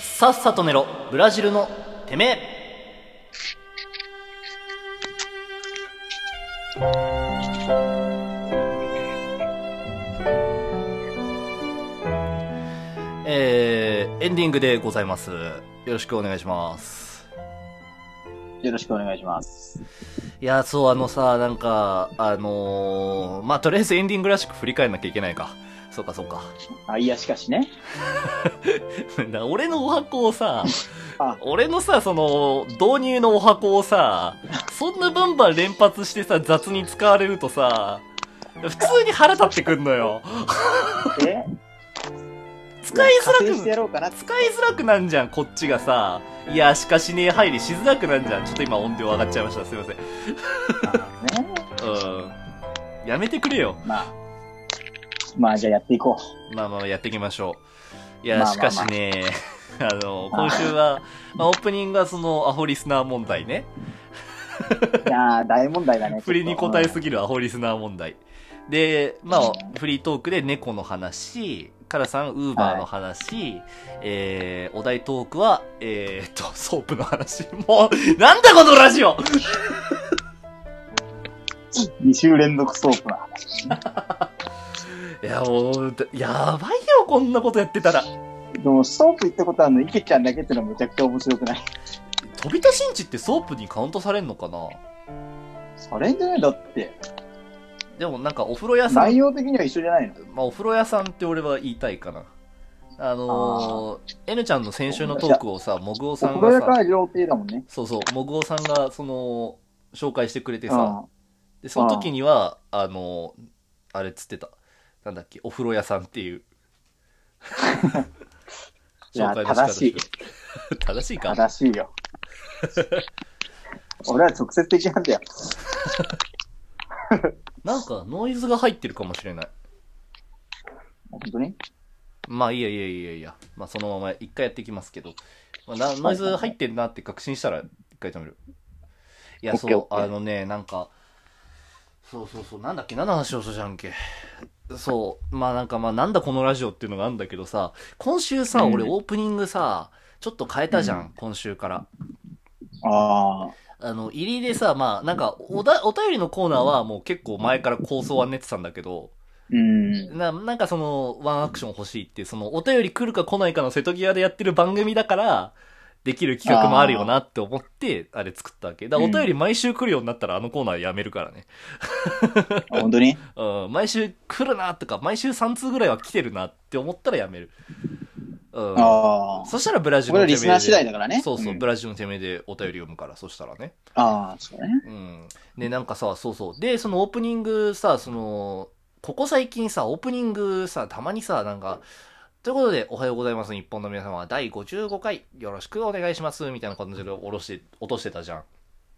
さっさと寝ろブラジルのてめええー、エンディングでございますよろしくお願いしますよろしくお願いします。いやそうあのさなんかあのー、まあとりあえずエンディングらしく振り返んなきゃいけないかそうかそうかあ、いや、しかしね。 な俺のお箱をさあ、俺のさ、その、導入のお箱をさ、そんなバンバン連発してさ、雑に使われるとさ、普通に腹立ってくんのよ。 え使いづ加勢らしくてやろうかな。使いづらくなんじゃん、こっちがさ。いや、しかしね、入りしづらくなんじゃん。ちょっと今音量上がっちゃいました。すいません。ね。うん。やめてくれよ。まあ。まあ、じゃあやっていこまあまあ、やっていきましょう。いまや、あましあまかあしね、 あの、今週は、まあ、オープニングはその、アホリスナー問題ね。う。いやー、大問題だね。振りに答えぎ。すぎるアホリスナー問題。で、まあう、フリートークで猫の話、カラさん、ウーバーの話、えー、お題トークは、えーっと、ソープの話。もう、なんだこのラジオ2週連続ソープな。いや、もう、やばいよ、こんなことやってたら。でも、ソープ行ったことあるの、池ちゃんだけってのはめちゃくちゃ面白くない。飛び田新地ってソープにカウントされんのかなそれじゃないだって、でもなんかお風呂屋さん内、容的には一緒じゃないのまあお風呂屋さんって俺は言いたいかな。あのー、N ちゃんの先週のトークをさ、もぐおおさん風呂が屋さ、から料亭だもんね。そうそう、もぐおさんが、その、紹介してくれてうん。さ、で、その時には、あの、あれっつってた。なんだっけ、お風呂屋さんっていう。 いやの仕方正しいて 正しいか。正し いよ。俺は直接的なんだよ。なんか、ノイズが入ってるかもしれない。本当にまあ、いいやいやいやいや。まあ、そのまま一回やっていきますけど。まあ、なノイズ入ってんなって確信したら、一回止める。いや、オッケそーオう、ッケーあのね、なんか、そうそうそう、なんだっけ、何の話をしたじゃんけ。そう、まあなんか、まあなんだこのラジオっていうのがあるんだけどさ、今週さ、うん俺オープニングさ、ちょっと変えたじゃん、今週から。ああ。あの、入りでさ、まあなんかおだ、お便りのコーナーはもう結構前から構想は練ってたんだけど、うん。ななんかその、ワンアクション欲しいって、その、お便り来るか来ないかの瀬戸際でやってる番組だから、できる企画もあるよなって思って、あれ作ったわけ。だからお便り毎週来るようになったらあのコーナーやめるからね。本 当にうん、毎週来るなとか、毎週3通ぐらいは来てるなって思ったらやめる。うん。ああ。そしたらブラジルこれのてめえはリで。スナー次第だからね。そうそう、んブラジルのてめえでお便り読むから、そしたらね。ああ、そうだね。うん。で、なんかさ、そうそう。で、そのオープニングさ、その、ここ最近さ、オープニングさ、たまにさ、なんか、ということで、おはようございます、日本の皆様、第55回、よろしくお願いします、みたいな感じで下ろして、落としてたじゃん。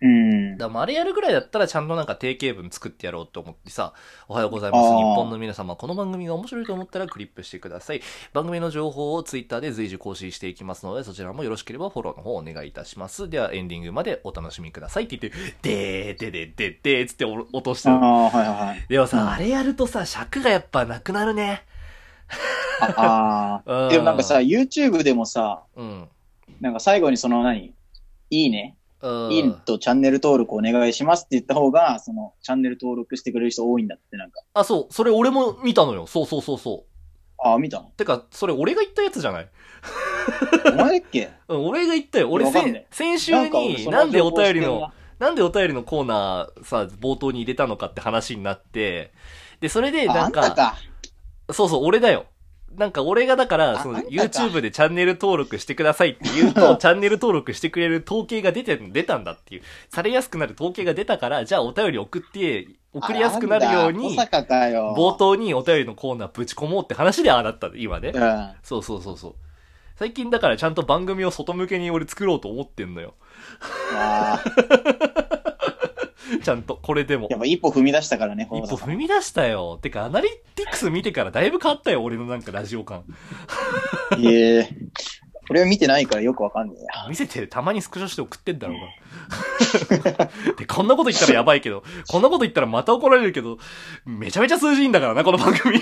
うん。だからまああれやるぐらいだったらちゃんとなんか定型文作ってやろうと思ってさ、おはようございます。あー日本の皆様、この番組が面白いと思ったらクリップしてください。番組の情報をツイッターで随時更新していきますので、そちらもよろしければフォローの方お願いいたします。ではエンディングまでお楽しみくださいって言って、でーででででーつってお落としあたの。あ、はいはいはい。でもさ、あれやるとさ、尺がやっぱなくなるね。あうあ。でもなんかさ、、YouTube でもさ、うん。なんか最後にその何いいね。うん。いいねとチャンネル登録お願いしますって言った方が、そのチャンネル登録してくれる人多いんだって、なんか。あ、そう、それ俺も見たのよ。そうそうそうそああ、見たのう。てか、それ俺が言ったやつじゃないお前だ っけうん俺が言ったよ。俺わかんな先い、先な週んか俺に、そなんで情お報知って便りんなの、なんでお便りのコーナーさ、冒頭に入れたのかって話になって、で、それで、あなあんんか、たか。そうそう、俺だよ。なんか俺がだから、あそのあんたか YouTube でチャンネル登録してくださいって言う と、チャンネル登録してくれる統計が出て、出たんだっていう、されやすくなる統計が出たから、じゃあお便り送って、送りやすくなるようにあん、た小坂かよ。冒頭にお便りのコーナーぶち込もうって話でああなった、今ねう。ん。そうそうそうそう。最近だからちゃんと番組を外向けに俺作ろうと思ってんのよ。ああ、ちゃんと、これでもや。っぱ一歩踏み出したからね、一歩小坂踏み出したよ。てか、アナリティクス見てからだいぶ変わったよ、俺のなんかラジオ感。いえ。これを見てないからよくわかんねえや。見せて、たまにスクショして送ってんだろうが。で、こんなこと言ったらやばいけど、こんなこと言ったらまた怒られるけど、めちゃめちゃ数字いいんだからな、この番組。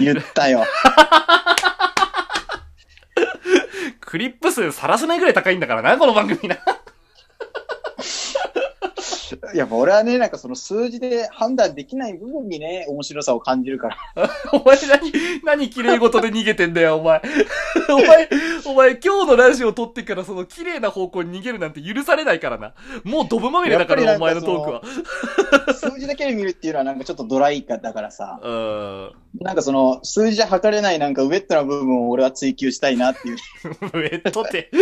言ったよ。リップ数さらせないぐらい高いんだからな、この番組な。いや、俺はね、なんかその数字で判断できない部分にね、面白さを感じ るから。お前何、何綺麗事で逃げてんだよ、お前。 お前、お前今日のラジオ撮ってからその綺麗な方向に逃げるなんて許されないからな。もうドブまみれだからな、やおっぱり前なのんかそのトークは。数字だけで見るっていうのはなんかちょっとドライだからさ、うーん。なんかその数字じゃ測れないなんかウェットな部分を俺は追求したいなっていう。ウェットって。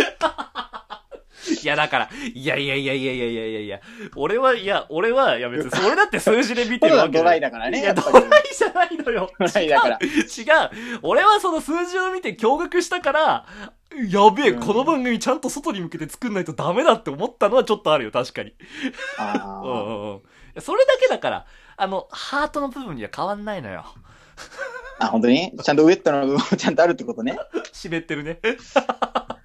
いや、だから、いやいやいやいやいやいやいやいや、俺は、いや、俺は、いや別に、俺だって数字で見てこれるはわけドライだだからね、い やや、っドぱラりイ。じゃないのよ。ドライだか違ら。う。俺はその数字を見て驚愕したから、やべえ、うんこの番組ちゃんと外に向けて作んないとダメだって思ったのはちょっとあるよ、確かに。あうんうーんうん。それだけだから、あの、ハートの部分には変わんないのよ。あ、本当にちゃんとウェットな部分もちゃんとあるってことね。湿ってるね。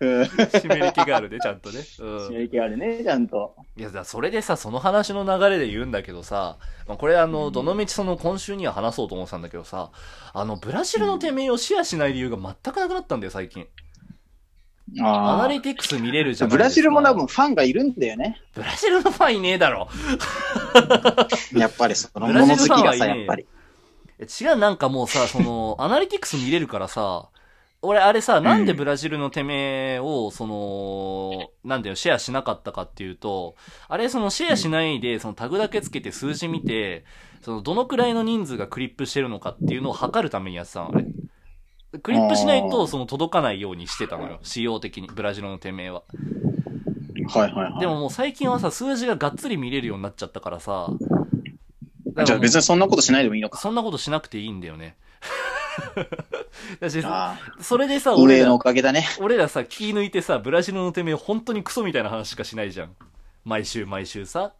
うん。湿り気があるね、ちゃんとね。うん。締め切りあるね、ちゃんと。いや、だからそれでさ、その話の流れで言うんだけどさ、まあ、これあの、うんどのみちその今週には話そうと思ってたんだけどさ、あの、ブラジルのてめえをシェアしない理由が全くなくなったんだよ、最近。アナあリティクス見れるじあ。ゃん。ブラジルも多分。ファンがいるんだよね。ブラジルのファンいねえだろ。やっぱりそのブもラのジ好ルきファンはがいねさ、やっぱり。え違う、なんかもう さ、その、アナリティクス見れるからさ、俺あれさ、なんでブラジルのてめえを、その、なんだよ、シェアしなかったかっていうと、あれそのシェアしないで、そのタグだけつけて数字見て、その、どのくらいの人数がクリップしてるのかっていうのを測るためにやってたの、あれ。クリップしないあと、ーその、届かないようにしてたのよ、仕様的に、ブラジルのてめえは。はいはいはい。でももう最近はさ、数字ががっつり見れるようになっちゃったからさ、じゃあ別にそんなことしないでもいいのか。そんなことしなくていいんだよね。 だし、あそれであ、さ、お俺礼のらお、かげだね。俺らさ、気抜いてさ、ブラジルのてめえ本当にクソみたいな話しかしないじゃん。毎週毎週さ。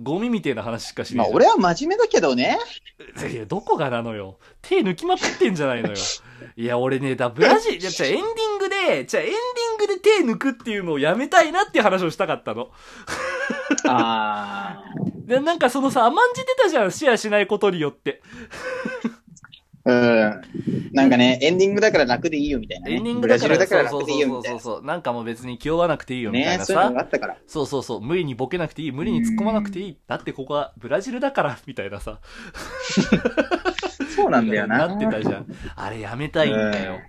ゴミみたいな話しかしなまあいじゃん。俺は真面目だけどね。いや、どこがなのよ。手抜きまくってんじゃないのよ。いや、俺ね、だ、ブラジル、じゃ、じゃあエンディングで、じゃあエンディングで手抜くっていうのをやめたいなっていう話をしたかったの。あで、なんかそのさ、甘んじてたじゃん、シェアしないことによって。あ。うん。なんかね、エンディングだから楽でいいよみたいなね。エンディングブだラかジら、ルだからそう楽でいいそうそうよみたいそうな。そう。なんかもう別に気負わなくていいよみたいねなそういうさ。のがあったから。そうそうそう。無理にボケなくていい。無理に突っ込まなくていい。だってここはブラジルだから、 みたいなさ。そうなんだよな。ってたじゃん。あれやめたいんだようん。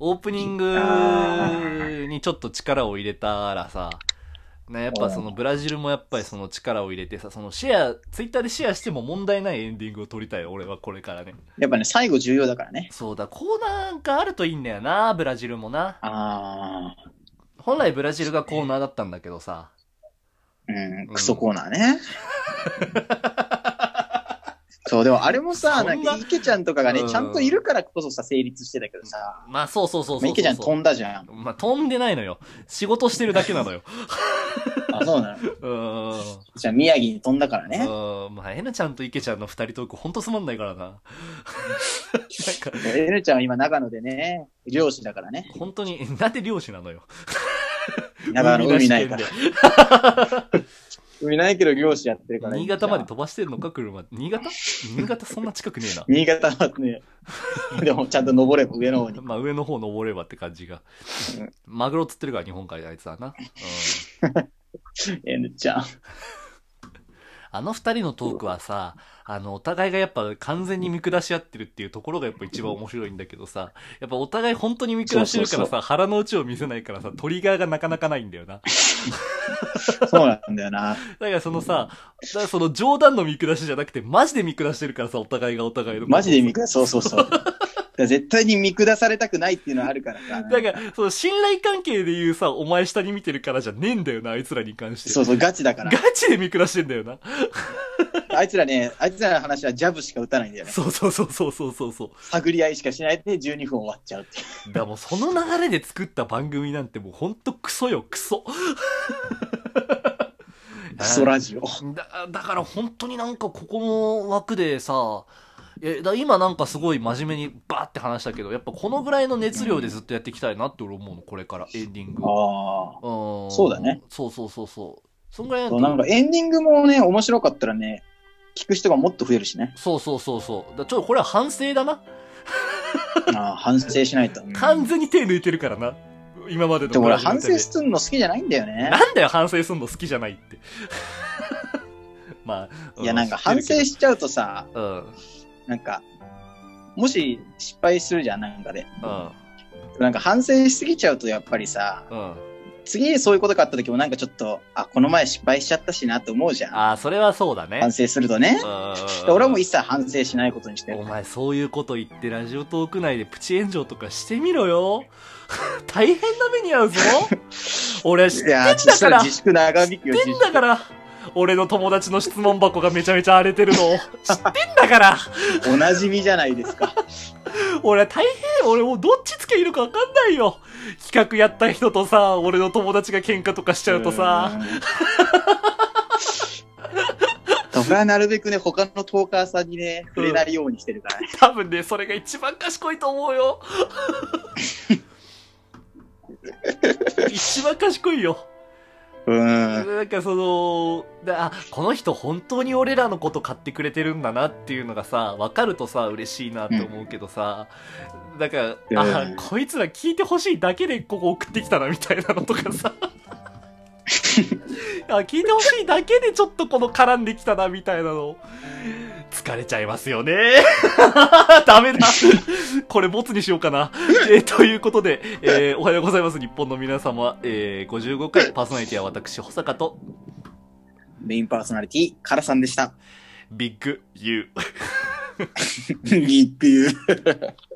オープニングにちょっと力を入れたらさ、ね、やっぱそのブラジルもやっぱりその力を入れてさ、そのシェア、ツイッターでシェアしても問題ないエンディングを撮りたいよ。俺はこれからね。やっぱね、最後重要だからね。そうだ、コーナーがあるといいんだよな、ブラジルもな。ああ。本来ブラジルがコーナーだったんだけどさ。うん、クソコーナ ーね。そう、でもあれもそさ、んななんか、池ちゃんとかがね、うんちゃんといるからこそさ、成立してたけどさ、まあそうそうそうそうそう。池ちゃん飛んだじゃん。まあ、飛んでないのよ。仕事してるだけなの よ。あ、そうなの。うーん。じゃあ宮城に飛んだからね。うん。まあ、えなちゃんといけちゃんの二人トークほんとつまんないからな。なんか、エルちゃんは今長野でね、漁師だからね。本当に、なんで漁師なのよ。長野海ない海かならし。海ないけど漁師やってるから。新潟までと。飛ばしてんのか、車。新潟新潟そんな近くねえな。新潟はね、でもちゃんと登れば上の方に。まあ、上の方登ればって感じが。マグロ釣ってるから、日本海であいつはな。うん。エルちゃん。あの二人のトークはさ、あの、お互いがやっぱ完全に見下し合ってるっていうところがやっぱ一番面白いんだけどさ、やっぱお互い本当に見下してるからさ、そうそう腹の内を見せないからさ、トリガーがなかなかないんだよな。そうなんだよな。だからそのさ、だからその冗談の見下しじゃなくて、マジで見下してるからさ、お互いがお互いの。マジで見下、そうそうそう。だから絶対に見下されたくないっていうのはあるからさ。だから、その信頼関係で言うさ、お前下に見てるからじゃねえんだよな、あいつらに関して。そうそう、ガチだからガ。チで見下してんだよな。あいつらね、あいつらの話はジャブしか打たないんだよね。そうそうそうそうそうそうそう。探り合いしかしないで12分終わっちゃうっていう。だからもうその流れで作った番組なんてもうほんとクソよ、クソ。 クソラジオ。だだから本当になんかここの枠でさ、えだ今なんかすごい真面目にバーって話したけど、やっぱこのぐらいの熱量でずっとやっていきたいなって俺思うの、これから、エンディング。あうんそうだね。そうそうそうそう。そんぐらいあ。やそうなんとかエンディングもね、面白かったらね、聞く人がもっと増えるしね。そうそうそうそう。だちょっとこれは反省だな。ああ、反省しないと。完全に手抜いてるからな。今までのでもブ俺ラジルの反イタリ省アすんの好きじゃないんだよ ね。なんだよ、反省すんの好きじゃないって。 まあ、ういや、なんか反省しちゃうとさ、うん、うん。なんか、もし失敗するじゃん、なんかで。なんか反省しすぎちゃうと、やっぱりさ、うん。次そういうことがあった時もなんかちょっと、あ、この前失敗しちゃったしなって思うじゃん。ああ、それはそうだね。反省するとね。で俺はもう一切切反省しないことにしておる。前、そういうこと言って、ラジオトーク内でプチ炎上とかしてみろよ。 大変な目に遭う ぞ。俺は知っいやー、ちょっとそれ自粛長引くよ、て自んだ粛。から。俺の友達の質問箱がめちゃめちゃ荒れてるの。知ってんだから。おなじみじゃないですか。俺は大変、俺もうどっちつけいいのかわかんないよ。企画やった人とさ、俺の友達が喧嘩とかし ちゃうとさ。う ーん。僕はなるべくね、他のトーカーさんにね、触れないようにしてるからね。多分ね、それが一番賢いと思うよ。一番賢いよ。うん。なんかその、だあ、この人本当に俺らのこと買ってくれてるんだなっていうのがさ、わかるとさ、嬉しいなって思うけどさ、なんか、あう、んこいつら聞いてほしいだけでここ送ってきたなみたいなのとか さ、あ聞いてほしいだけでちょっとこの絡んできたなみたいなの、疲れちゃいますよね。 ダメだ。これ、ボツにしようかな。えーということで、えーおはようございます、日本の皆様。えー55回、パーソナリティは私、保坂と、メインパーソナリティ、カラさん でした。ビッグユー。ビッグユー。